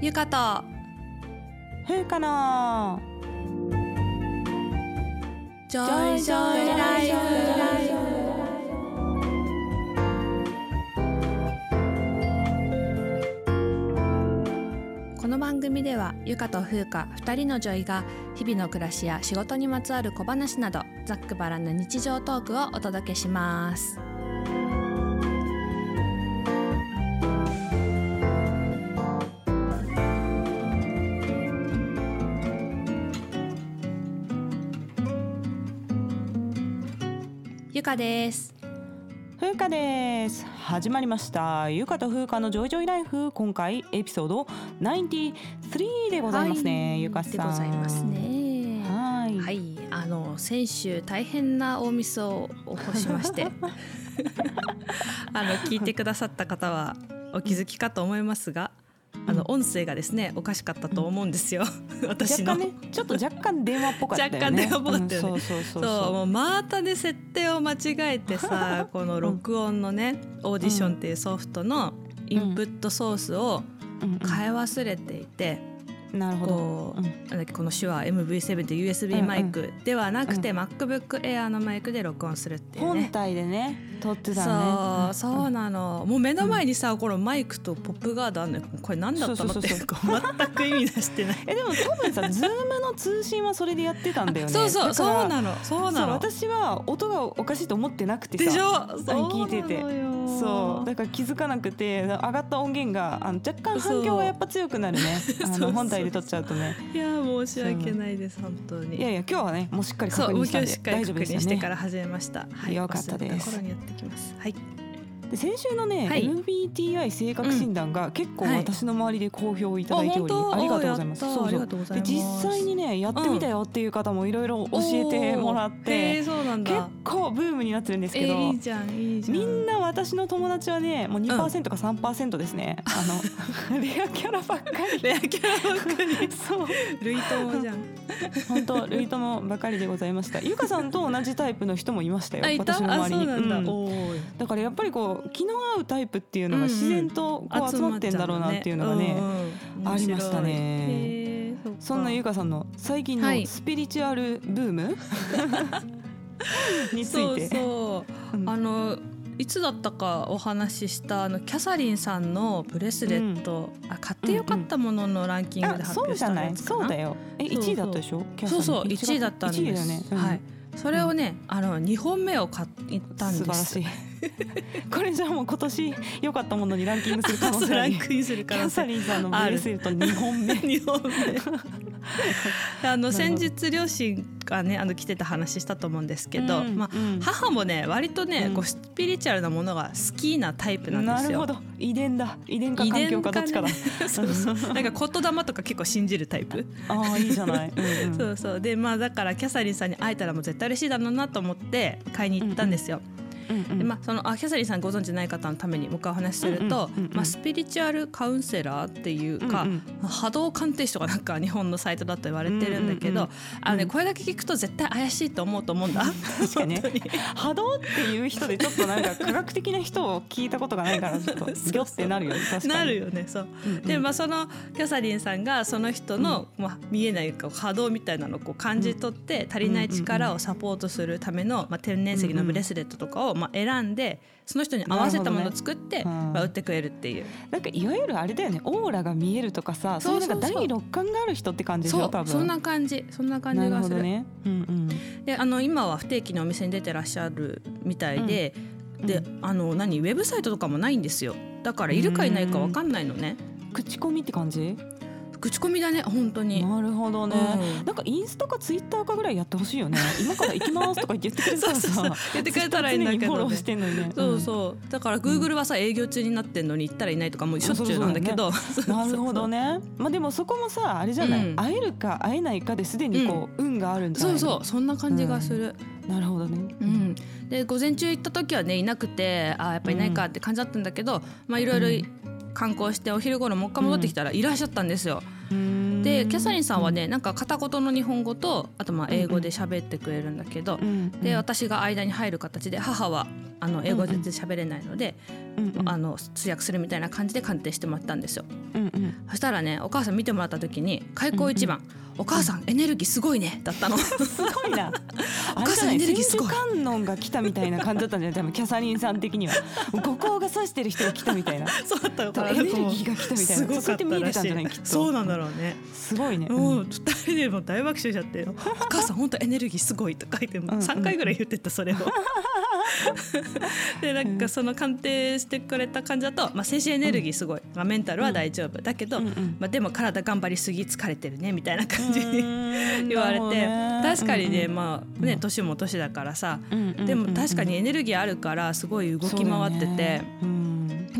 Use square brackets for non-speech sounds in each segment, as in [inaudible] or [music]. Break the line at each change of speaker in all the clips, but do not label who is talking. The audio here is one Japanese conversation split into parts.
ゆかと
ふうかの
ジョイジョイライフこの番組ではゆかとふうか2人のジョイが日々の暮らしや仕事にまつわる小話などざっくばらんな日常トークをお届けしますゆかです
ふうかです始まりましたゆかとふうかのジョイジョイライフ今回エピソード93でございますね、
はい
ゆかさん
でございますね
はい
はい、あの先週大変な大ミスを起こしまして
[laughs]
あの聞いてくださった方はお気づきかと思いますがあの音声がですねおかしかったと思うんですよ私
若
の。
干ねちょっと若干電話っぽかったよね
若干電話っぽかったよね
うんそうそうそう
そうも
そう
またね設定を間違えて
[laughs]
さこの録音のねオーディションっていうソフトのインプットソースを
う、うん
変え忘れていて、
うん、なるほど
こう
うん
なんだっけこの手話 MV7 で USB マイクではなくて、MacBook Air のマイクで録音するっていう
本
ね。
体でね撮ってた
そう、
ね
そうなのもう目の前にさ、このマイクとポップガードあんのよこれ何だったのっ
そうそう
て
そう
こう全く意味出してない
えでも多分さズームの通信はそれでやってたんだよね
そうそう
だから
そうなのそうな
そう
の
私は音がおかしいと思ってなくてさ
でしょ
聞いててそうだから気づかなくて上がった音源があの若干反響がやっぱ強くなるねあ
[laughs] そう
の本体で撮っちゃうとね
いや申し訳ないです本当に
いやいや今日はねもうしっかり
そ
確
うも
認
う
した
今
ん
日しっかり
で大丈夫
確
で
認
した
してか
ね
ら始めました、はい
よかったです
忘れ頃にやってきますはい
で先週のね、
はい
MBTI 性格診断が結構
はい
私の周りで好評いただいており、
あ
ありがとうございます
本当
そ
あ
うそ
り
う
がとうござい
で
ます
実際にねやってみたよっていう方もいろいろ教えてもらっ
おーへ
て
ー、そうなん
結
だ
構ブームになってるんですけど、
えーいいじゃんいいじゃん
みんな私の友達はねもう2%か3%ですね、あの [laughs] レアキャラばっかり
レアキャラ
[laughs]
ばっかり
そう
ルイ友じゃん
本当ルイともばかりでございましたゆかさんと同じタイプの人もいましたよ
あいた
私の
あ
周
そう
りに
なんだ、
うん
おーい
だからやっぱりこう気の合うタイプっていうの
う
が
んうん
自然とこう集まってんだろうなっていうのがね,、
うんうん
ありました
面白
ね
いへーっか
そんなゆかさんの最近
は
の
い
スピリチュアルブーム、について
そうそう
うん
あのいつだったかお話ししたあのキャサリンさんのブレスレット、あ買ってよかったもののランキングで
あ
発
そう
表し
じゃ
た
な
や
い
つかな
そうだよえ
そうそう
1位だったでしょキャサ
そ
リ
う
ン
そう1位だったんです
1位だよね、うん
はいそれをねあの2本目を買ったん
素晴
で
ら
す
しい [laughs] これじゃあもう今年良かったものにランキングする可
[laughs]
能
そう
性
ラ
あ
ン
り
クインする
キ
か
ャ
ら
サリンさんのブレスレット2本目
日本であの
ど
先日両親がねあの来てた話したと思うんですけど、
うん
まあ
うん
母もね割とね、
うん
こうスピリチュアルなものが好きなタイプなんで
な
す
る
よ
ほ。ど遺伝だ遺伝か
遺
環
伝
境かどっちかだ、
ねそうそうなんか言霊とか結構信じるタイプ、
ああいいじゃない、うんうん
そうそうでまあだからキャサリンさんに会えたらもう絶対嬉しいだろうなと思って買いに行ったんですよ、
うんうん
でまあ、そのあキャサリンさんご存知ない方のためにもう一回お話しすると、
うんうんうんうん
まあ、スピリチュアルカウンセラーっていうか、
うん
波動鑑定士とかなんか日本のサイトだと言われてるんだけど、
うんうん
あのね、
うん
これだけ聞くと絶対怪しいと思うと思うんだ。
確かにね
本当
波動っていう人でちょっとなんか科学的な人を聞いたことがないからちょっ [laughs] とギョってなるよね確かに
なるよねそう、
うんうん
で、まあ、そのキャサリンさんがその人の、まあ、見えないこう波動みたいなのをこう感じ取って、足りない力をサポートするための、まあ、天然石のブレスレットとかを、まあ、選んでその人に合わせたものを作って、
なるほどねうん
まあ、売ってくれるっていう。
なんかいわゆるあれだよねオーラが見えるとかさ
そ
そうう
そ
いう
そ
うな
うん
か第六感がある人って感じでし
そ
ょ
う
多分
そんな感じそんな感じ
な
が
る
す
ほ
る
どね、うん
であの今は不定期のお店に出てらっしゃるみたいで、
うん
で
う
あの何ウェブサイトとかもないんですよだからいるかいないかわかんないのね
うん、口コミって感じ
口コミだね本当に。
なるほどね、
うん
なんかインスタかツイッターかぐらいやってほしいよね今から行きますとか言ってくれ
[laughs] そう
たら
そうそう
さ
言ってくれたらいいんだ
常
け
にフォ
ど
ロー
ね、
してんのにね
そうそうだからグーグルはさ営業中になってんのに行ったらいないとかもうしょっちゅうなんだけど
うん [laughs] なるほどねまあでもそこもさあれじゃない、
うん
会えるか会えないかですでにこう、運があるんじゃ
[laughs] そ
な
う
い
そうそんな感じがする、
うなるほどね
うんで午前中行った時はねいなくてあーやっぱいないかって感じだったんだけど、まあいろいろ観光してお昼頃もう一回戻ってきたらいらっしゃったんですよ、でキャサリンさんは
ね、
ねなんか片言の日本語とあとまあ英語で喋ってくれるんだけど、
うん
で、私が間に入る形で母はあの英語全然喋れないので、
うんうん
あの通訳するみたいな感じで鑑定してもらったんですよ。
うんうん、
そしたらねお母さん見てもらった時に開口一番「お母さんエネルギーすごいね」だっ
[laughs]
たの。
すごいな。
お母さん
あれじゃない
エネルギーすごい
千手観音が来たみたいな感じだったんじゃない多分キャサリンさん的には。五行が指してる人が来たみたいな。
[laughs] そうだった
多分エネルギーが来たみたいな。
すごかった
そうやって見え
ら
てたん
し
じゃない
い
きっと。
そうなんだろうね。
すごいね。
も
う
うん二人でも大爆笑しちゃ
[laughs]
って「お母さん本当エネルギーすごい」とか言って
うん
も3回ぐらい言ってたそ
[laughs]
れを。でなんかその鑑定してくれた感じだと、まあ、精神エネルギーすごい、まあ、メンタルは大丈夫だけど、
うんうん
まあ、でも体頑張りすぎ疲れてるねみたいな感じに言われて、
なるほどね
確かにね、
うんうん
まあね年も年だからさ、
うんうん
でも確かにエネルギーあるからすごい動き回ってて。
そうだよねうん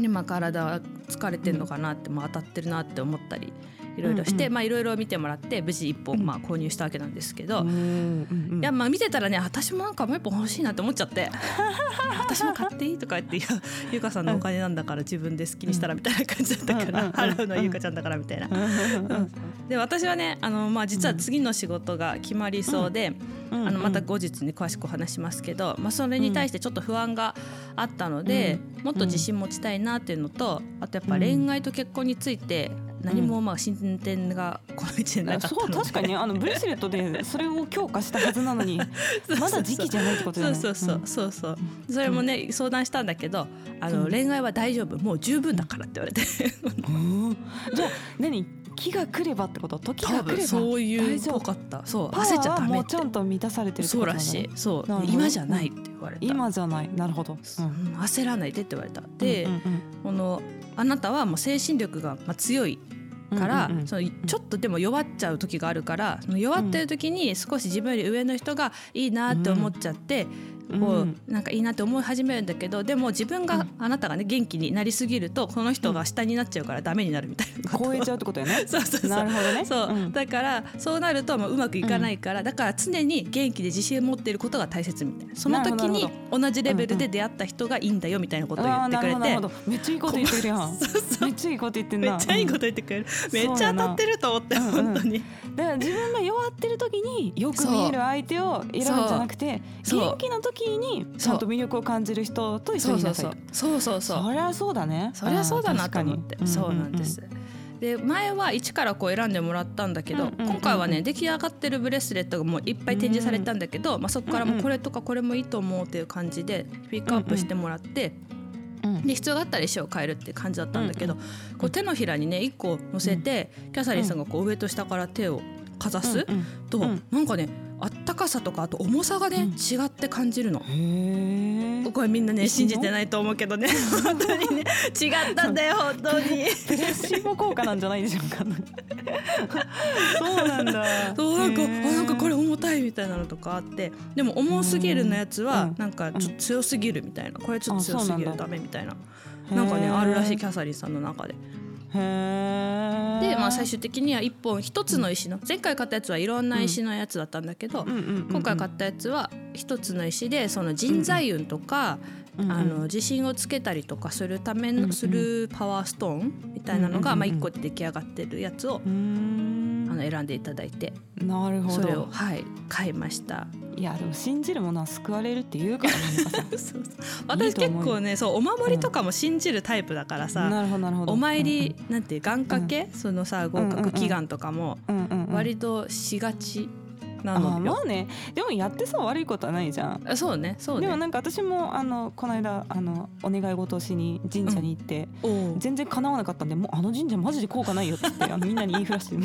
でまあ、体は疲れてるのかなって、まあ、当たってるなって思ったりいろいろして、
うんうん
まあ、いろいろ見てもらって無事一本、まあ、購入したわけなんですけど、
うんうんうん
いやまあ見てたらね私もなんかもう一本欲しいなって思っちゃって「私も買っていい?」とか言って「いやゆかさんのお金なんだから自分で好きにしたら」みたいな感じだったから、
うん
払うのはゆかちゃんだからみたいな。で私はねあの、まあ、実は次の仕事が決まりそうで、
うん
あのまた後日に詳しくお話しますけど、まあ、それに対してちょっと不安があったので、もっと自信持ちたいなっていうのとあとやっぱ恋愛と結婚について何もまあ進展がこの1年なかった
そ
の
う
で
確かにねあのブ
[laughs]
レスレットでそれを強化したはずなのにまだ時期じゃないってことだ
そ
よ
うそ
ね
うそうそうそうそれもね、相談したんだけどあの、
うん
恋愛は大丈夫もう十分だからって言われて
うんじゃあ何気が来ればってこと時
多
が来れば
分そういう
大
っ
丈
ぽ
夫
かったそう
パワー
焦っちゃ
は
ダメ
も
っ
う
て
ちゃんと満たされてるって
そ
こ
う
と
ら
なんだ
し
ね
いそう
なるほど
今じゃないって言われた、
今じゃないなるほど、う
うんん焦らないでって言われたで、
うんうん
このあなたはもう精神力がまあ強い
うん
から、
うんうん
そのちょっとでも弱っちゃう時があるからその弱ってる時に少し自分より上の人がいいなって思っちゃって、
うん
こ
うん
うなんかいいなって思い始めるんだけどでも自分が、
うん
あなたがね元気になりすぎるとこの人が下になっちゃうからダメになるみたいなこと
超えちゃうってことよね
[laughs] そうそうそう
なるほどね
そう、
うん
だからそうなるともううまくいかないから、だから常に元気で自信を持っていることが大切みたいなその時
なる
に
ほ
同じレベルで出会った人がいいんだよみたいなことを言
あ
っ
ー
て
な
く
る
れ
ほどなる
て
ほどめっちゃいいこと言ってるやんめっちゃいいこと言ってん
めっ
な
ちゃいいこと
と、
言ってくれる、
う
め
やな
っちゃ当たってると思って、
うんうん
本当に
うんだから自分が弱ってる時によく見える相手を選ぶんじゃなくて
そう
元気の時にちゃんと魅力を感じる人と一
そう
緒にい
そう
なさい
そうそ
と
うそうそう
そりゃそうだね
そりゃそうだなと思って、
ん
そうなんです、で前は一からこう選んでもらったんだけど、
うんうんうんうん
今回はね出来上がってるブレスレットがもういっぱい展示されたんだけど、まあ、そこからもうこれとかこれもいいと思うっていう感じでピックアップしてもらって、
うんうん
で必要があったら石を変えるっていう感じだったんだけど、
うん
こう手のひらにね1個乗せて、キャサリンさんがこう上と下から手をかざす
うん
と、
うん
なんかねあったかさとかあと重さがね、
うん
違って感じるの。
うんへえ
これみんなね
石の
信じてないと思うけど [laughs] ね本当にね違ったんだよ本当に。
プレッシーボ効果なんじゃないでしょうかそうなんだ
そうなんか、
へ
あ
ー
なんかこれ重たいみたいなのとかあってでも重すぎるのやつ
う
は
ん
なんかちょっと強すぎるみたいなこれちょっと強すぎ
あそうなん
る
だ
ダメみたいななんかね
へー
あるらしいキャサリンさんの中で
へー
で、まあ、最終的には1本1つの石の前回買ったやつはいろんな石のやつだったんだけど
うんうんうんうん
今回買ったやつは1つの石でその人材運とか
うんうん
あの自信をつけたりとかするため
うんうん
のするパワーストーンみたいなのが
うん
ま
うん
あ
うん
1個で出来上がってるやつを
うーん
あの選んでいただいて
なるほ
それを
ど
はい買いま
[laughs]
した。
いやでも信じるものは救われるって言
[laughs]
うからね美香さん
そうそう
いい
私
と
結
思うよ
構ねそうお守りとかも信じるタイプだからさ、
なるほどなるほど
お参り、なんていう願掛け、そのさ合
うんうんうん
格祈願とかも
うんうんうん
割としがちな
あー
の
ま
よ、
あねでもやってさ悪いことはないじゃん
あそうねそうね
でもなんか私もあのこの間あのお願い事をしに神社に行って、
おう
全然叶わなかったんでもうあの神社マジで効果ない
[laughs]
よって言ってみんなに言いふらしてる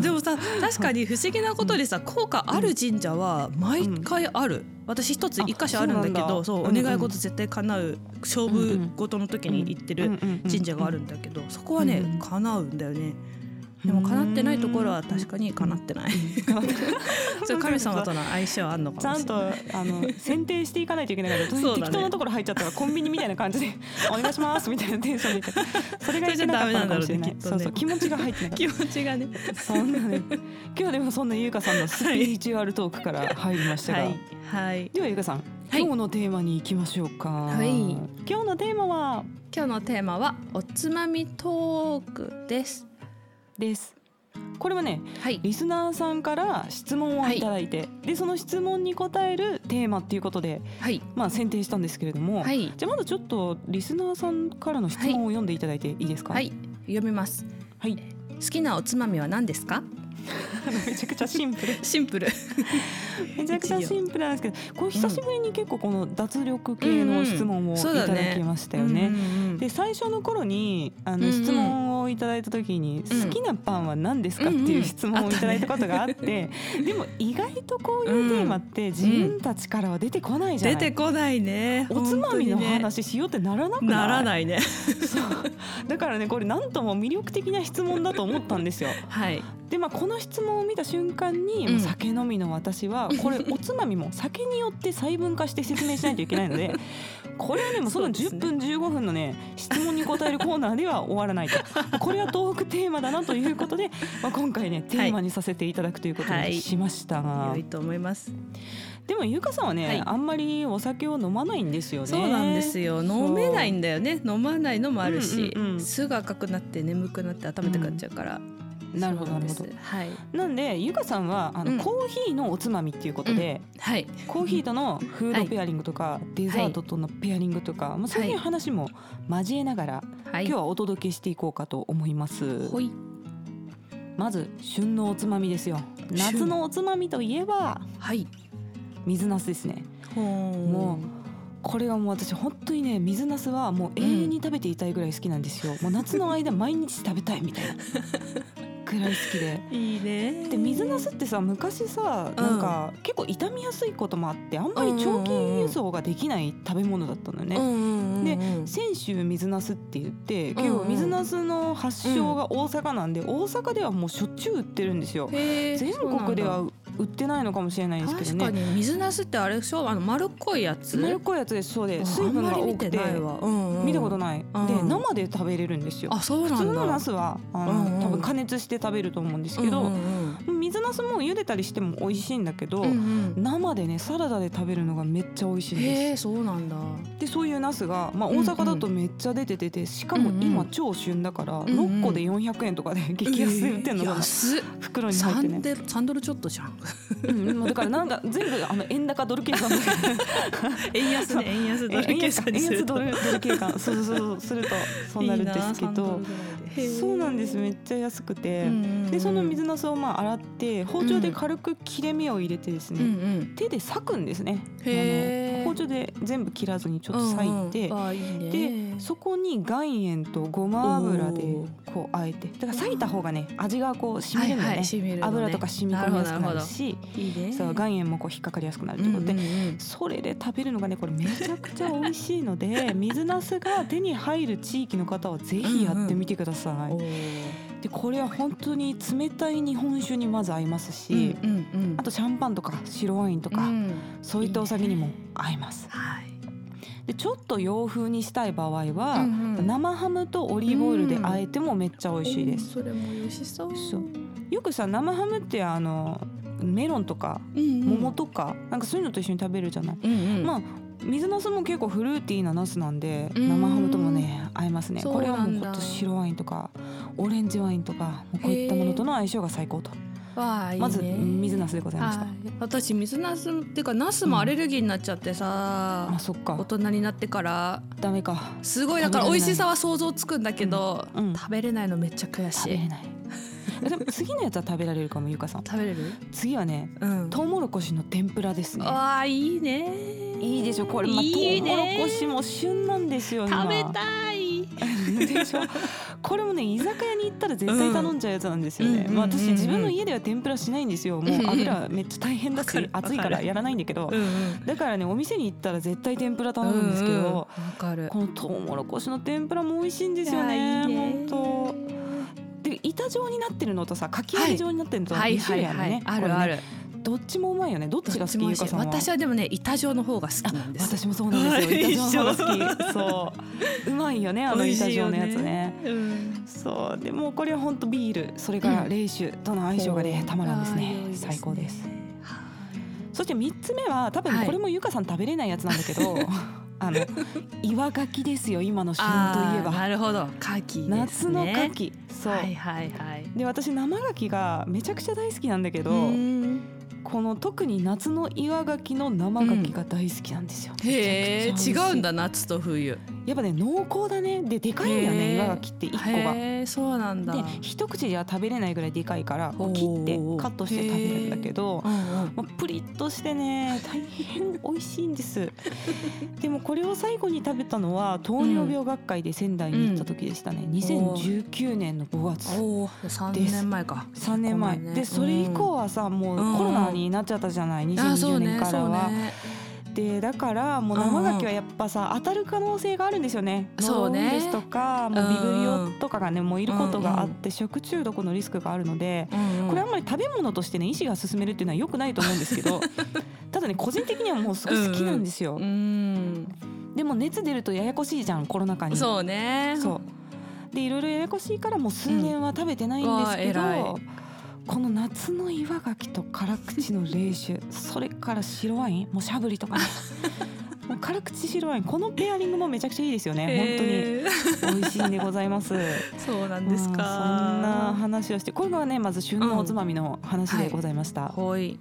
でもさ確かに不思議なことにさ効果ある神社は毎回ある、私一つ
あ
一箇所あるんだけど
そう
そう
なんだ
お願い事絶対叶う勝負事の時に行ってる神社があ
る [laughs]
るんだけどそこはね
うん
叶うんだよねでも叶ってないところは確かに叶ってないそれ神様との相性はあんの
ち
か
ゃ
も
ん
しれ
と
ない
あの選定していかないといけないか
そうだ
ら、
ね
適当なところ入っちゃったからコンビニみたいな感じで [laughs] お願いしますみたいなテンションでそれがいけなかったのかもしれない
そ
そ
れ
う
じ
そ
ゃ
う
ダ
気持ちが入ってなかっ
気持ちがね
たそんなね今日はでもそんな優香さんのスピリチュアルトークから入りましたが、
はいはい
では優香さん、
はい
今日のテーマに行きましょうか、
はい
今日のテーマは
今日のテーマはおつまみトークです
ですこれはね
はい
リスナーさんから質問をいただいて、でその質問に答えるテーマっていうことで、
はい
まあ、選定したんですけれども、
はい
じゃあまずちょっとリスナーさんからの質問を読んでいただいていいですか [laughs]
はい読みます
はい
好きなおつまみは何ですか
めちゃくちゃシンプル
シンプル
めちゃくちゃシンプルなんですけどこれ久しぶりに結構この脱力系の質問をい
うんうんそうだ
た
ね
だきましたよね。
うんうんうん
で最初の頃にあ
うんう
の
ん
質問をいただいた時に、
うん
好きなパンは何ですかっていう質問をいただいたことがあって、でも意外とこういうテーマって自分たちからは出てこないじゃ
出
ない、
てこないね
おつまみの
本当にね
話しようってならなくない
ならないね
[laughs] そうだからねこれなんとも魅力的な質問だと思ったんですよ
はい
でまあこの質問を見た瞬間に、
うん
もう酒飲みの
[laughs]
私はこれおつまみも酒によって細分化して説明しないといけない
[laughs]
のでこれはねもうその
そうですね
10分15分のね質問に答えるコーナーでは終わらないとこれは東北テーマだなというこ
[laughs]
とで、まあ、今回ねテーマにさせていただくということ
はい
にしましたが、
良いと思います、
でもゆうかさんはね、
はい
あんまりお酒を飲まないんですよね
そうなんですよ飲めないんだよね飲まないのもあるし、
うんうんうん
すぐ赤くなって眠くなって頭痛くなっちゃうから、
なるほど
そう
なん
で
るほ
す
ど
はい
なんでゆかさんはあの、
うん
コーヒーのおつまみっていうことで、
はい
コーヒーとのフードペアリングとか、デザートとのペアリングとか、もうそういう話も交えながら、
はい
今日はお届けしていこうかと思います
ほい
まず旬のおつまみですよ夏のおつまみといえば
はい
水なすですね
ほ
もこれはもう私本当にね水なすはもう永遠に食べていたいぐらい好きなんですよ、もう夏の間毎日食べたいみたいなぐらい好きで
ういいね
で水なすってさ昔さなんか結構傷みやすいこともあってあんまり長期輸送ができない食べ物だったのね、
うんうんうんうん
泉州水なすって言っ
うん
て
うん
結構水なすの発祥が大阪なんで、大阪ではもうしょっちゅう売ってるんですよ、
へー
全
そうなんだ
国では売ってないのかもしれないですけど
確か
ね
に水なすってあれでしょあの丸っこいやつ
丸っこいやつですそうで水分が
あんまり
多
見
く
て
て
ないわ、うんうん
見たことない、
うん
で生で食べれるんですよ
あそうなんだ
普通のナスはあの、
うんうん
多分加熱して食べると思うんですけど、
うんうん
水なすも茹でたりしても美味しいんだけど、
うんうん
生でねサラダで食べるのがめっちゃ美味しいんです
へえそうなんだ
でそういうナスが、まあ、
うんうん
大阪だとめっちゃ出ててて、しかも今超旬だから、
んうん
6個で400円とかで激安で売ってるの
えー
が [laughs]
安っ
袋に入っ
3
てね、
ドル3ドルちょっとじゃん
うんうんだからな
[laughs]
んか全部あの円高ドル計算
円安 [laughs] ね円安ドル
円
計
安
算にすると
ドルドル計算そうそうそうするとそうなるんですけどそうなんですめっちゃ安くて、でその水
の
なすをまあ洗って包丁で軽く切れ目を入れてです
うん
ね、
うん
手で裂くんですね
へ
あ
ー
の包丁で全部切らずにちょっと裂いて、
うんうんあいいね
でそこに岩塩とごま油で
おー
こうあえてだから裂いた方がね味がこう染みるのね,、
はいはい染みるのね
油とか染み込みやすくなるし
いいね
そう岩塩もこう引っかかりやすくなるということで、それで食べるのがねこれめちゃくちゃ美味しい
[laughs]
ので水なすが手に入る地域の方はぜひやってみてください。でこれは本当に冷たい日本酒にまず合いますし、あとシャンパンとか白ワインと
と
か、そういったお酒にも合います。
はい
でちょっと洋風にしたい場合は、
うんうん
生ハムとオリーブオイルであえてもめっちゃ美味しいです、
それも美味しそう
そうよくさ生ハムってあのメロンとか桃
桃
とか、なんかそういうのと一緒に食べるじゃない、
ま
ま
あ
あ水なすも結構フルーティーなナスなんで
うん
生ハムともね合いますね
そう
こ
なん
れ
だ
はもうほんと白ワインとかオレンジワインとかもうこういったものとの相性が最高と
わあいいね
まず水なすでございました
はい私水なすっていうかナスもアレルギーになっちゃってさ
あそっ
大
か
人になってから
ダメか
すごいだから美味しさは想像つくんだけど
うんうん
食べれないのめっちゃ悔
食
し
べれ
い [laughs]
ないでも次のやつは食べられるかもゆかさん
食べれる
次はね
うん
トウモロコシの天ぷらですね
ああいいね
いいでしょこれ、まあ、ト
い
ウ
い
モロ
ね
コシも旬なんですよ今
食べたい
でしょこれもね居酒屋に行ったら絶対頼んじゃうやつなんですよね、
うん
まあ、
うんうんうん
私自分の家では天ぷらしないんですよも
うんう
うん油めっちゃ大変だ
わか
し
る
暑いからやらないんだけど
うんうん
だからねお店に行ったら絶対天ぷら頼むんですけ
ううわ
ど、
かる
このトウモロコシの天ぷらも美味しいんですよね
いやいいね
本当で板状になってるのとさかき揚
は
げ
い
状になってるのと
はい
2種
はい
類あ
はいある
るね、これね
ある
どっちもうまいよねどっちが好き
どっちも美
ゆ
味し
か
い
さんは
私はでもね板状の方が好きなんです
私もそうなんですよ
はい
板状の方が好
一
き
緒
そううまいよねあの
美味
板
しい
状
よ
の
ね
やつね
うん
そうでもうこれは本当ビールそれから冷酒との相性がね、たまらんですね
あー良いですね
最高です
はい
そして3つ目は多
は
分
い
これもゆかさん食べれないやつなんだ
[laughs]
けど、あの岩牡蠣ですよ今の旬といえ
あー
ば
なるほど牡蠣ですね
夏の牡蠣そう、
はいはいはい
で私生牡蠣がめちゃくちゃ大好きなんだけど、
うん
この特に夏の岩牡蠣の生牡蠣が大好きなんですよ、
へえ
めちゃくちゃ美味し
違
い
うんだ夏と冬
やっぱね濃厚だねででかいんだよ
へえ
ね岩牡蠣って一個が
へえそうなんだ
で一口じゃ食べれないぐらいでかいからこう切って
おー
カットして食べるんだけど
うんうん
もうプリッとしてね大変美味しいんです [laughs] でもこれを最後に食べたのは糖尿病学会で仙台に行った時でしたね、2019年の5月
おお3
です
年前か
3年前、
ごめんね
でそれ以降はさも
うん
うコロナになっちゃったじゃない
あそ
2020
う
年
ね
から
そう
は、
ね
でだからもう生牡蠣はやっぱさ当たる可能性があるんですよね
そうね
ノロウイルスとかもうビブリオとかがねもういることがあっ
うん
て食中毒のリスクがあるので
うんうん
これあんまり食べ物としてね医師が勧めるっていうのは良くないと思うんです
[laughs]
けどただね個人的にはもうすごい好きなんですよ
うん
でも熱出るとややこしいじゃんコロナ禍に
そうね
そうでいろいろややこしいからもう数年は食べてないんですけど、
うんうわー偉
この夏の岩牡蠣と辛口の冷酒それから白ワインもうしゃぶりとか
[laughs]
ねもう辛口白ワインこのペアリングもめちゃくちゃいいですよね
へー
本当に美味しいんでございます
そうなん [laughs] ですか
うんそんな話をしてこれがねまず旬のおつまみの話でございました、
ほい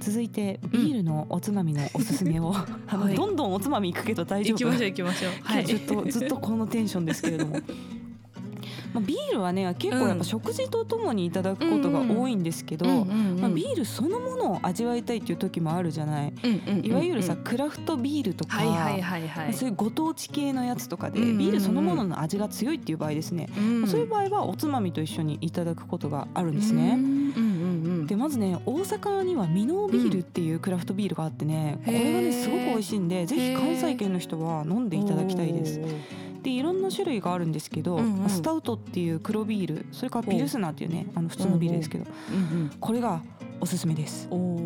続いてビールのおつまみのおすすめを、あの
はい
どんどんおつまみいくけど大丈
行
夫
きましょう行きましょうは
今
い
日ずっとずっとこのテンションですけ
[laughs]
れども。まあ、ビールはね結構やっぱ食事とともにいただくことが多いんですけど、
うんうんうん
まあ、ビールそのものを味わいたいっていう時もあるじゃない
うんうん
いわゆるさ、
うん
クラフトビールとか、
はいはいはい
ま
は
あ
い
そういうご当地系のやつとかで、
うんうんうん
ビールそのものの味が強いっていう場合ですね、
うん
そういう場合はおつまみと一緒にいただくことがあるんです
う
ね。
んうんうんうん
でまずね大阪にはミノービールっていうクラフトビールがあってね、
うん
これが
へー
ねすごく美味しいんでぜひ関西圏の人は飲んでいただきたいです。でいろんな種類があるんですけど、
うんうん
スタウトっていう黒ビールそれからピルスナーっていうねあの普通のビールですけど
うん
これがおすすめです。
うんお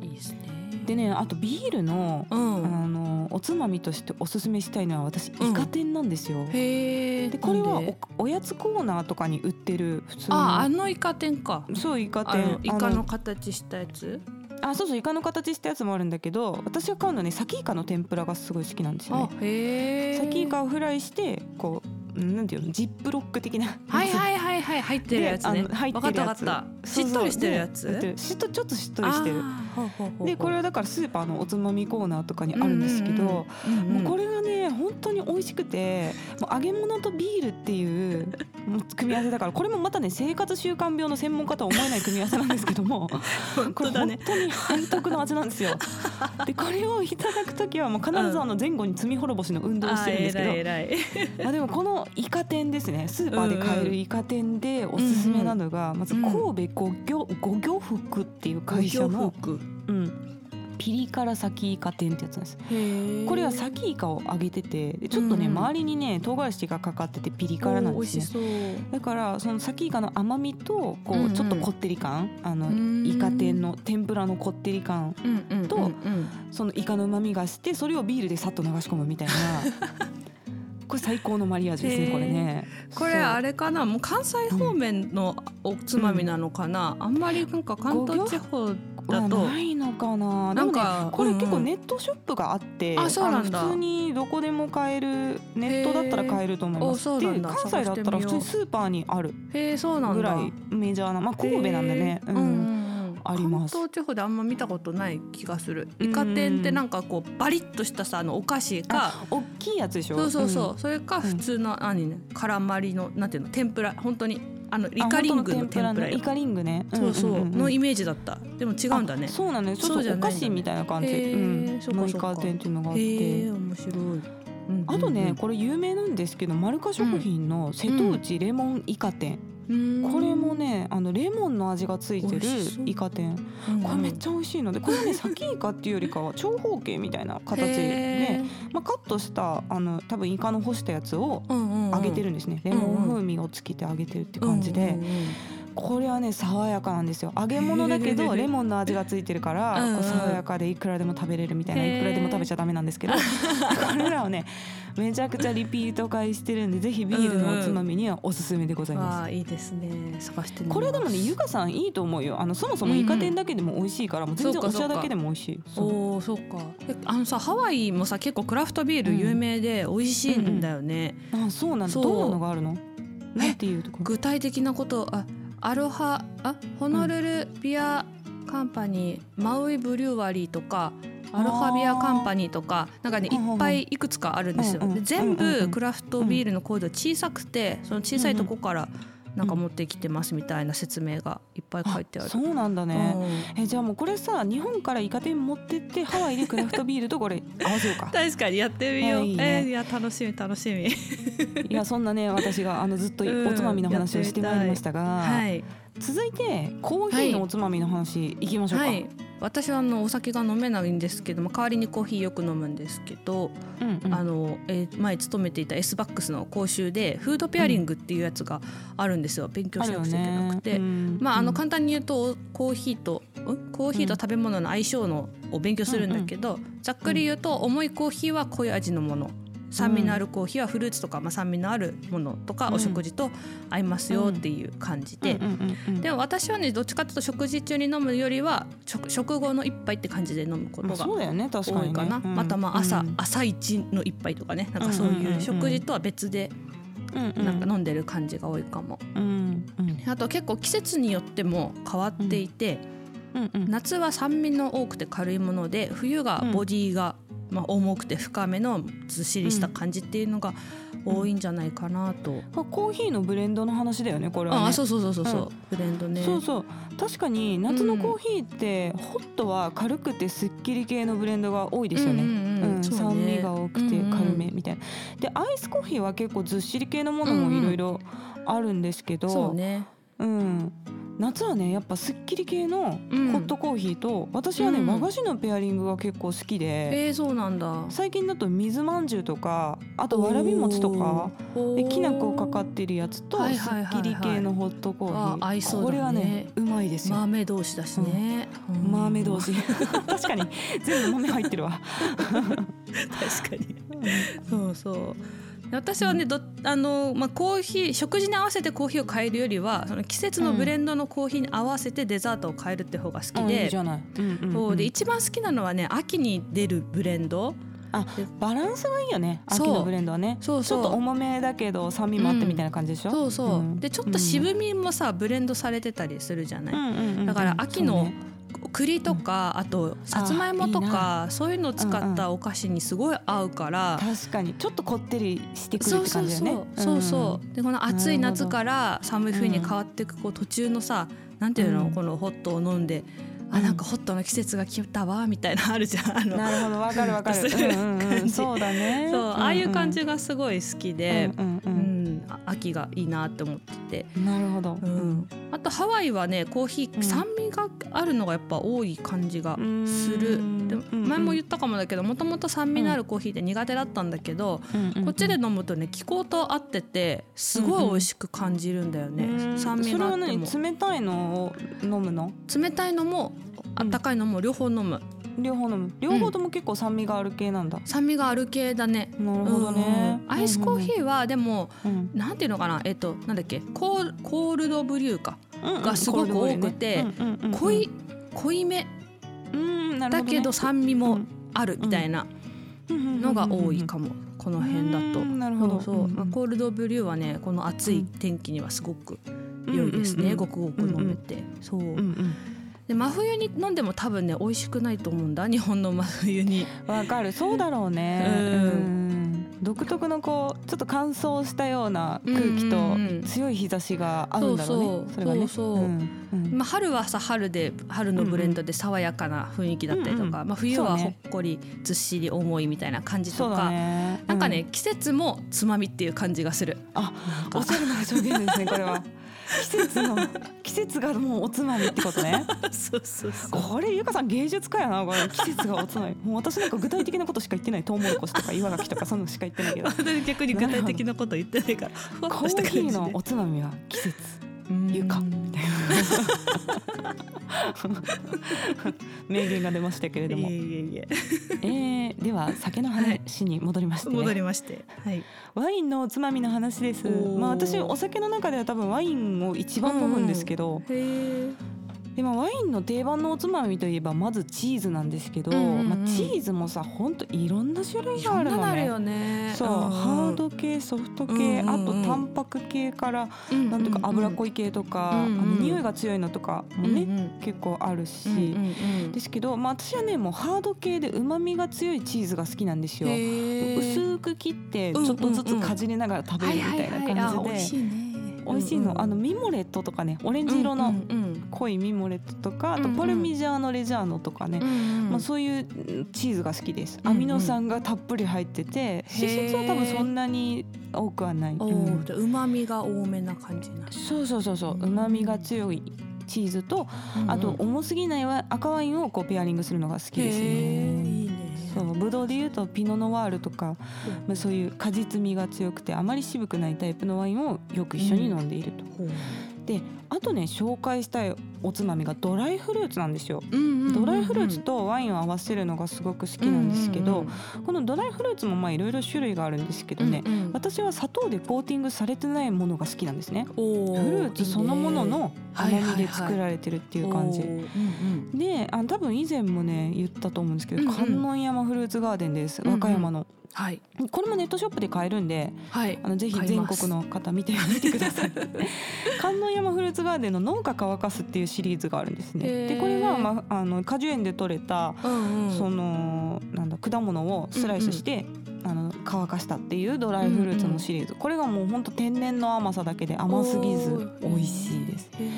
ーいいですね
でねあとビールの
うん
あのおつまみとしておすすめしたいのは私イ
うん
カ天なんですよ。
へえ
でこれは
なんで
おおやつコーナーとかに売ってる普通
ああ
の
のイカ天か
そうイカ
あ
天
のイカ
あ
の形したやつ
あそうそうイカの形したやつもあるんだけど私が買うのはねサキイカの天ぷらがすごい好きなんですよ
あ
ね。
へえ
サキイカをフライしてこううんなんていうのジップロック的な
はいはいはいはい入ってるやつね
であの入ってるやつ
わかったわかったしっとりしてるやつ
そうそうでやってるしっとちょっとしっとりしてる
あーほうほうほうほう
でこれはだからスーパーのおつまみコーナーとかにあるんですけど、
うんうん
もうこれがね本当に美味しくてもう揚げ物とビールっていうもう組み合わせだからこれもまたね生活習慣病の専門家とは思えない組み合わせなんですけ
[laughs]
ども
本
これ
当だ
本
ね
当に背徳の味なんですよ。でこれをいただく時はもう必ずあの前後に罪滅ぼしの運動をしてるんですけど
あー偉い偉い [laughs]
まあでもこのイカ天ですねスーパーで買えるイカ天でおすすめなのがまず神戸五漁五漁服っていう会社の、
服
うん、ピリ辛先イカ天ってやつなんですこれは先イカを揚げててでちょっとね
うんうん
周りにね唐辛子がかかっててピリ辛なんですね
そう
だからその先イカの甘みとこ
うんう
うんちょっとこってり感あのイカ天の天ぷらのこってり感と
うん
そのイカの旨味がしてそれをビールでさっと流し込むみ
[laughs]
たいなこれ最高のマリアージュです
へ
ね
ー
これね
これあれかなもう関西方面のおつまみなのかな、あんまりなんか関東地方
そう
だと
はないのか
な
な
ん
でもね
か
これ結構
うんうん
ネットショップがあって、
あそうなんだ
の普通にどこでも買えるネットだったら買えると思います
へーあそうなん
で
だ
関西だったら普通にスーパーにある
へえそうなんだ
ぐらいメジャーなまあ神戸なんでね、
へー
うん
うんうんうん
あります
関東地方であんま見たことない気がするイカ天ってなんかこうバリッとしたさあのお菓子か
あ大きいやつでしょ
そうそうそう、それか普通の何ね絡まりのなんていうの天ぷら本当にあのイカリングの天ぷら
イ
よ
カリングね
そうそう,、
んんん
のイメージだったでも違うんだね
あそうなんだねちょ
そう
っ
じゃ
と
ないんだ
お菓
ね
子みたいな感じ
へー
うん
そっか
のイ
そっか
カ店っていうのがあ
へ
って
え面白い、
あとねこれ有名なんですけどマルカ食品の瀬戸内レモンイカ店これもねあのレモンの味がついてる
美味しそう
イカ天これめっちゃ美味しいのでこれはね先イカっていうよりかは長方形みたいな形で、まあ、カットしたあの多分イカの干したやつを揚げて
る
るんですねレモン風味をつけて揚げてるって感じでこれはね爽やかなんですよ揚げ物だけどレモンの味がついてるから
うんうん
こう爽やかでいくらでも食べれるみたいな
へー
いくらでも食べちゃダメなんです
[laughs]
けどこれらをねめちゃくちゃリピート買いしてるんでぜひビールのおつまみにはおすすめでございます。
あーいいですね探してみます
これでもねゆかさんいいと思うよあのそもそもイカ天だけでも美味しいから、もう全然
そう
お
かそう
茶
か
だけでも美味しいそう
おーそうかえあのさハワイもさ結構クラフトビール有名で美味しいんだよね、
あそうなんだ
そう
どんなのがあるのなんていうとこ
具体的なことあアロハあホノルルビアカンパニー、マウイブリュワリーとかアロハビアカンパニーとかなんかねい
うんうんうん
っぱいいくつかあるんですよ。
うんうん
で全部クラフトビールの工場小さくてその小さいとこからなんか持ってきてますみたいな説明がいっぱい書いてある。
そうなんだね、
うん
えじゃあもうこれさ日本からイカ天持ってってハワイでクラフトビールとこれ合わ
[laughs]
せようか
確かにやってみよう。
い
い
いね
えーいや楽しみ楽しみ。
いやそんなね私があのずっと
うん
おつまみの話をしてまいりましたが、
はい
続いてコーヒーのおつまみの話いきましょうか、
はい。私はあのお酒が飲めないんですけども代わりにコーヒーよく飲むんですけど、
うんうん、
あのえー前勤めていた S バックスの講習でフードペアリングっていうやつがあるんですよ、勉強
あ
し
る
なく
よ
ちゃいけな
ね
くて、
うん
まああの
うん
簡単に言うとコーヒーとんコーヒーと食べ物の相性のを勉強するんだけど、ざっくり言うと重いコーヒーは濃い味のもの酸味のあるコーヒーはフルーツとか、まあ、酸味のあるものとか、
うん
お食事と合いますよっていう感じで、
うんうんうんうん
でも私はねどっちかというと食事中に飲むよりは食食後の一杯って感じで飲むこと
まあ
が
そうだよね確か
多
に、
い
ね、
かな、
うん
またまあ朝、
うん
朝一の一杯とかねなんかそう
うんうんうん
いううん食事とは別で
うんうん
なんか飲んでる感じが多いかも、
うんうん
あと結構季節によっても変わっていて、
うんうん
夏は酸味の多くて軽いもので冬がボディが、まあ、重くて深めのずっしりした感じっていうのが多いんじゃないかなと、
まあコーヒーのブレンドの話だよねこれはね
ああそうそうそうそうそう、ブレンドね
そうそう確かに夏のコーヒーって、ホットは軽くてすっきり系のブレンドが多いですよね。
うんうん
う
うんんそう
酸
ね
味が多くて軽めみたいな、でアイスコーヒーは結構ずっしり系のものもいろいろあるんですけど、
そうね
うん夏はねやっぱすっきり系の
うん
ホットコーヒーと、私はね、
うん
和菓子のペアリングが結構好きで、
えー、そうなんだ
最近だと水まんじゅうとかあとわらび餅とかできな粉かかってるやつと
おー
すっきり系のホットコーヒー、
はいはいはいはいあ合いそうだね
これはねうまいですよ、
豆同士だしね、うん
マーメイド味確かに全部豆入ってるわ
確かにそうそう私はねどあの、まあ、コーヒー食事に合わせてコーヒーを変えるよりはその季節のブレンドのコーヒーに合わせてデザートを変えるって方が好き
うんいい
で,
じ
そう、
ゃない、うんうんうん
で一番好きなのはね秋に出るブレンド
バランスがいいよね秋
そう
のブレンドはね
そう
ちょっと重めだけど酸味もあってみたいな感じでしょ、
そうそう、
うん
でちょっと渋みもさブレンドされてたりするじゃない、
うんうんうん
だから秋
そう
の
ね
栗とか、あとさつまいもとかそういうのを使ったお菓子にすごい合うから、
確かにちょっとこってりしてくる
そ
っ
う
て
そ
感
う
じだ
そう、
よね
そうそうでこの暑い夏から寒い冬に
うん
変わっていくこう途中のさなんていうの、
うん
このホットを飲んで、あ
うん
なんかホットの季節が来たわみたいなのあるじ
[laughs]
ゃんあ
う
の
んなるほどわかるわか
ふ
る
っとする
うんうんうん
感じ
そうだね
そう、ああいう感
で、
じがすごい好き
うん
で、
うんう
うん
ん
あ秋がいいなって思ってて、
うんなるほど、
うんあとハワイはねコーヒ
うん
ー酸味があるのがやっぱ多い感じがす
う
る
ん
でも
うんうん
前も言ったかもだけどもともと酸味のあるコーヒーって苦手だったんだけど、こっちで飲むとね気候と合っててすごい美味しく感じるんだよね、
うん
酸味があっても
それは何冷たいのを飲むの
冷たいのもあったかいのも両方飲む
両方飲む両方とも結構酸味がある系なんだ、
酸味がある系だね
なるほどね、
うんアイスコーヒーはでも
ー、うん
なんていうのかなえっとなんだっけコーコールドブリューか
うんうん
がすごく多くて
うんうんうんうん
濃い濃いめ
うんなる
だ
ほね
けど酸味もあるみたいなのが多いかもこの辺だ
う
と
んなるほ
そ
ど
うそうまあコールドブリューはねこの暑い天気にはすごく良いですねごくごく飲めてそう
うんうん
で真冬に飲んでも多分ね美味しくないと思うんだ日本の真冬に
わかるそうだろうね、
うん
うん独特のこうちょっと乾燥したような空気
うんうんうん
と強い日差しが合うんだろう
そ
ね、
うそう
れがね
そうそうん
うん
まあ、春はさ春で春のブレンドで爽やかな雰囲気だったりとか、
うんうん
まあ、冬
そ
は
うね
ほっこりずっしり重いみたいな感じ
そ
と
うだ
か、
ね
なんかね、季節もつまみっていう感じがす
[laughs]
る
あ、おしゃれな表現ですね、これは。季節の、季節がもうおつまみってことね。
そうそうそ
これ、ゆかさん芸術家やな、これ、季節がおつまみ、もう私なんか具体的なことしか言ってない、トウモロコシとか岩牡蠣とか、そんなのしか言ってないけど。
私逆に具体的なこと言ってないからふわっ
コ
とした
ーヒ
感
ー
じ
の
で
おつまみは季節。 [laughs]
うん
床名言が出ましたけれども
いえ、いえいえ
えー、では酒の話に戻りまして、ね
戻りましてはい
ワインのおつまみの話です。
おー
まあ私お酒の中では多分ワインを一番飲むんですけど、
へえ
でまあ、ワインの定番のおつまみといえばまずチーズなんですけど、
うんうんうん
まあ、チーズもさほんといろんな種類
い
があ
ろん
る
なの
の
ある
ね。
よね。
そう、
ん
ハード系ソフト系、
うんうんうん
あとタンパク系から、
うう
なんていうか脂っこい系とか、
うんうん
あの匂いが強いのとかもね、結構あるし、
うんうんうんうんうん
ですけど、まあ、私はねもうハード系でうまみが強いチーズが好きなんですよ。
へー
薄く切って
うん
ち
うんう
ょ
ん
っとずつかじりながら食べるみたいな
はははあ
感じ
美味し
で
いね。
美味しいのあのミモレットとかねオレンジ色
う
の
んうん
濃いミモレットとかあ
うん
と
うん
パルミジャーノレジャーノとかね
うんうん
まあそういううんチーズが好きです
うんうん
アミノ酸がたっぷり入ってて脂質は多分そんなに多くはない
お
う
ー
ん
じゃあ旨味が多めな感じな。
そうそうそうそう
うん
うまみが強いチーズとあと重すぎないわ赤ワインをこうペアリングするのが好き
へ
です
えいい
ね
ね。
そうブドウでいうとピノノワールとか
うん
まあ、そういう果実味が強くてあまり渋くないタイプのワインをよく一緒に飲んでいると、
ほう
であとね紹介したいおつまみがドライフルーツなんですよ、
うんうんうんうん
ドライフルーツとワインを合わせるのがすごく好きなんですけど、このドライフルーツもまあいろいろ種類があるんですけどね、
うんうん
私は砂糖でコーティングされてないものが好きなんですね
お
フ
ー
ルーツそのものの甘みで作られてるっていう感じ、
いいねおーうん
であ多分以前もね言ったと思うんですけど、
うんうん
観音山フルーツガーデンです
うんうん
和歌山の、
はい
これもネットショップで買えるんで
はい
あのぜひ
買い
全
ます
国の方見てみてくだ
[laughs]
さい観音山フルーツガーデンの農家乾かすっていうシリーズがあるんです
へー
ねでこれは、まあ、あの果樹園で採れた、
うんうん
そのなんだ果物をスライスして、あの乾かしたっていうドライフルーツのシリーズ、これがもうほんと天然の甘さだけで甘すぎず美味しいです。
おーへー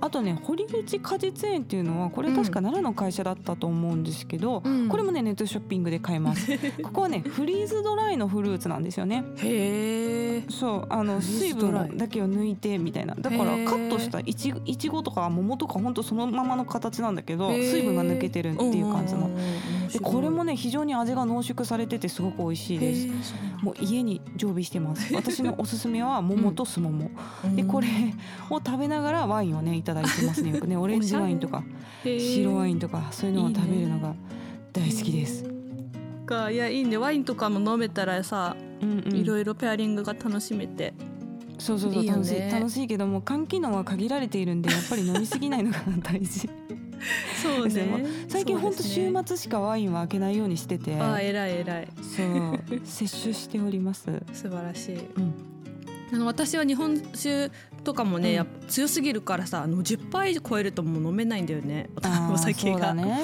あとね堀口果実園っていうのはこれ確か奈良の会社だったと思うんですけど、
うん
これもねネットショッピングで買えます
[laughs]
ここはねフリーズドライのフルーツなんですよね
へえ
そうあの
フリーズ
水
ドライ
分だけを抜いてみたいなだから
へー
カットしたいちいちごとか桃とかほんとそのままの形なんだけど水分が抜けてるっていう感じのでこれもね非常に味が濃縮されててすごく美味しいですもう家に常備してま
[laughs]
す私のおすすめは桃とすもも、
う
でこれを食べながらワインをねいただいてますねよく
[laughs]
ねオレンジワインとか白ワインとかそういうのを食べるのが大好きです、
かいやいいねワインとかも飲めたらさ
うんうん
いろいろペアリングが楽しめて
そうそうそう
いいよ
楽しい
ね
楽しいけども肝機能は限られているんでやっぱり飲みすぎないのが
[laughs]
大事
そう
ですねも
ね
う最近ほんと週
そう
末しかワインは開けないようにして
で
て
すねあー偉い偉い
そう摂取しており
[laughs]
ます
素晴らしい
うん
あの私は日本酒とかもね、
うん
やっぱ強すぎるからさあの10杯超えるともう飲めないんだよね
あー
お酒
そう
が
だね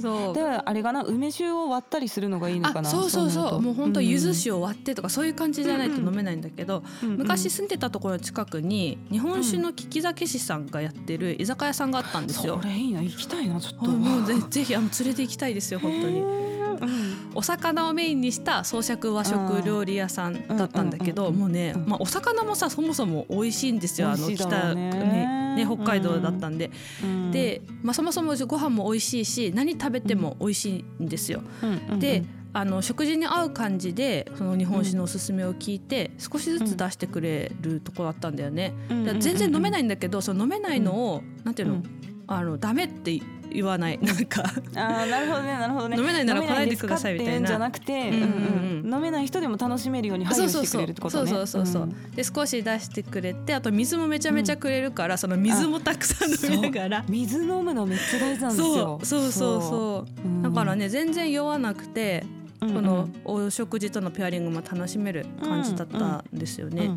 そう
ではあれかな梅酒を割ったりするのがいいのか
あ
な
そうそうそうもう本当柚子酒を割ってとかそういう感じじゃないと
うんうん
飲めないんだけど、昔住んでたところの近くに日本酒の利き酒師さんがやってる居酒屋さんがあったん
で
ですす
よ
よ
そ。れいいな行きたいなちょっ
あ
と
もうぜぜひあの連れて行きたいですよ本当
へ
に
ーうん
お魚をメインにした創作和食料理屋さんだったんだけど、
うんうん
も
うんう
うんね、まあ、お魚もさそもそも美味しいんですよあの
美味しいだ
北
ろうね
ねね北海道だったんで、
うん
で、まあ、そもそもご飯も美味しいし何食べても美味しいんですよ。
うんうんうん
であの食事に合う感じでその日本酒のおすすめを聞いて少しずつ出してくれるとこだったんだよね。
うんうん
だか
う
ら
ん
全然飲めないんだけどその飲めないのをなんていう
う
の
ん
あのダメって言わないなんか
あーなるほどねなるほどね
飲めないなら来ないでくださいみたい
飲め
な。
んですかっていうん
う
じ
ん
ゃなくて、
うんうん
うんうん飲めない人でも楽しめるように配
そう
慮
そう
してく
そう
れるってこ
そ
と
う
ね。
そうそうそう、
ん
で少し出してくれてあと水もめちゃめちゃくれるから、その水もたくさん飲みながら
水飲むのめっちゃ大事なんです
そ
よ。
うそうそうそう
う。うん
だから、ね全然酔わなくて
こ
このお食事とのペアリングも楽しめる感じだったんですよね。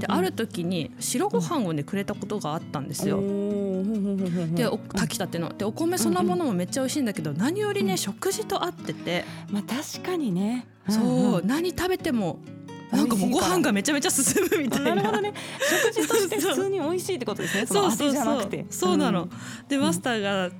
である時に白ご飯をねくれたことがあったんですよ。でお炊きたてのでお米そのものもめっちゃ美味しいんだけど何よりね、
うん
食事と合ってて、
まあ確かにね。
そ
ん
う何食べてもなんかもう
美
ご
味しいから
飯がめちゃめちゃ進むみた
う
いな。
ん。なるほどね。食事として普通に美味しいってことですね。
そう
そ
そ
の
う
味じゃ
そ
な
う
くて。
そうなの、
ん。
でマスターが、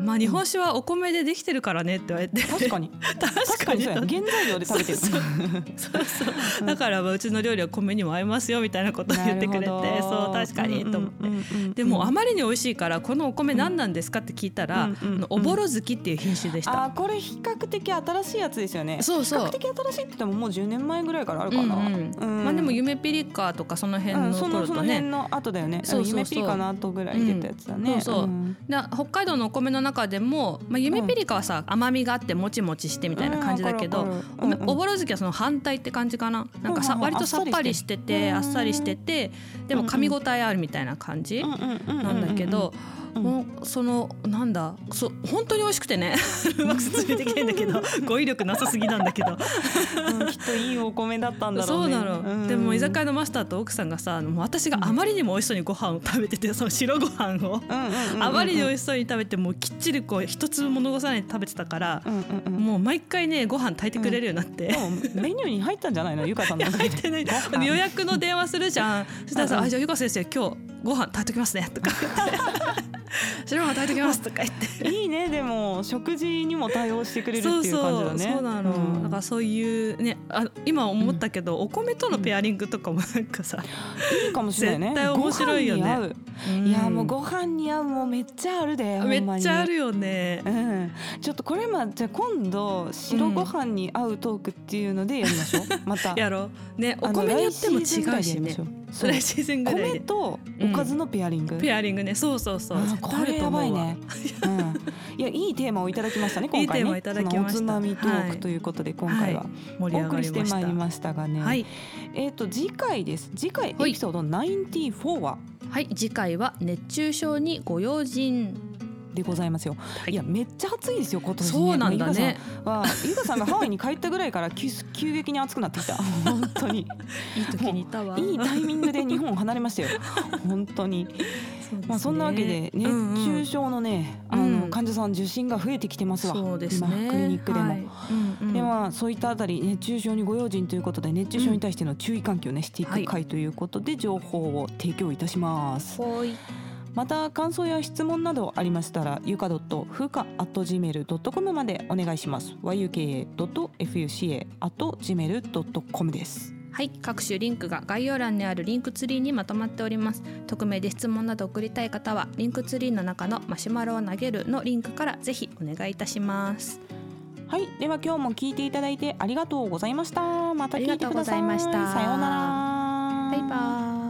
まあ日本酒はお米でできてるからねって言われて [laughs]
確かに
確
確
か
か
に
にそうや原材料で食べてる。
そうそうそう
[laughs]
そうだからまあうちの料理は米にも合いますよみたいなことを言ってくれて
なるほど
そう確かにと思って、
うんうんうんうん
でもあまりに美味しいからこのお米何なんですかって聞いたら、
うんうんうん
あのおぼろ月っていう品種でした。
あーこれ比較的新しいやつですよね
そうそう
比較的新しいって言ってももう10年前ぐらいからあるかな、
うんうんまあでも夢ピリカとかその辺
うん
の
そ
頃
のそ
と
の
ね、
辺の後だよね
そうそうそう
夢ピリカの後ぐらいに出たやつだね、
うんそうそうんで北海道のお米の中でも、まあ、夢ピリカはさ、甘みがあってもちもちしてみたいな感じだけど、
うんわかるわかるうんうん
おぼろ月はその反対って感じかななんかさ、
うんうん
割とさっぱりしててあ
あ
っ
っ
さ
さ
り
り
し
してて
てでも噛み応えあるみたいな感じ
うんうんうんうん
なんだけど、もうそのなんだそ本当に美味しくてね [laughs] うまく説明できないんだけ
[laughs]
ど語彙力なさすぎなんだけど
うんきっといいお米だったんだろ
そうう
ね。
なの、
ん
でも居酒屋のマスターと奥さんがさもう私があまりにも美味しそうにご飯を食べててその白ご飯を
うんうんうんうんうん
あまりに美味しそうに食べてもうきっちりこう一粒も残さないで食べてたから
う、んうんうん
もう毎回ねご飯炊いてくれるようになって。 [laughs]
でもメニューに入ったんじゃないのゆかさんの中
入
で
ってない
ご飯
予約の電話するじゃんそしたらさ「
うんうん
あじゃあゆか先生今日ご飯炊いときますね」とか言
[laughs]
って「白ご飯炊いときます」とか言って
いいねでも食事にも対応してくれるっていう感じだね
そうそうそうなの、
ん
だからそういうねあ今思ったけど、お米とのペアリングとかもなんかさ、
いいかもしれないね
絶対面白いよね
ご飯に合ういやもうご飯に合うもうめっちゃあるで
うん
ほんま
め
に
っちゃあるよね
うん、ちょっとこれまじゃあ今度白ご飯に合うトークっていうのでやりましょう、
[laughs]
また
やろうねお
あの
米によっても違
来シーズンぐら
う
いでや
し
りま
ね
しょうそう
来シーズンぐらい
米
で
とおかずのペアリング、
ペアリングねそうそうそう
あー
絶対
こ
ある
れ
と
や
思う
ば
わ
いね、うん、いやいいテーマをいただきましたね
[laughs]
今
い
回
いテー
ね
マいただきました
そのおつまみトー
は
ク
い
ということで今回は、
は盛り
お
上
送
が
り
り
して
まし
まいり
た
ましたがね、
はい、
えっ、と次回です次回エピソード94話
はい、次回は熱中症にご用心、
でございますよ、、
はい
やめっちゃ暑いですよ今年ね
そうなんだね
まあゆかさんはゆかさんがハワイに帰ったぐらい [laughs] から急急激に暑くなって
[laughs]
きた本当に
いい時にいたわ
いいタイミングで日本を離れましたよ本当
そ
に
うですね
まあそんなわけで熱
うんうん
中症のね、あ
う
の
ん
患者さん受診が増えてきてますわ、
そうです
今
ね
クリニックでも。
はいうんうん
ではそういったあたり熱中症にご用心ということで熱中症に対しての注意喚起をねしてい
は
く
い
回ということで情報を提供いたします。
ほい
また感想や質問などありましたらゆかドットふうか at gmail ドットコムまでお願いします。yuka ドット fuca at gmail ドットコムです。
はい、各種リンクが概要欄にあるリンクツリーにまとまっております。匿名で質問など送りたい方は、リンクツリーの中のマシュマロを投げるのリンクからぜひお願いいたします。
はい、では今日も聞いていただいてありがとうございました。また聞
あ
いてください。
りがとうございました
さようなら。
バイバーイ。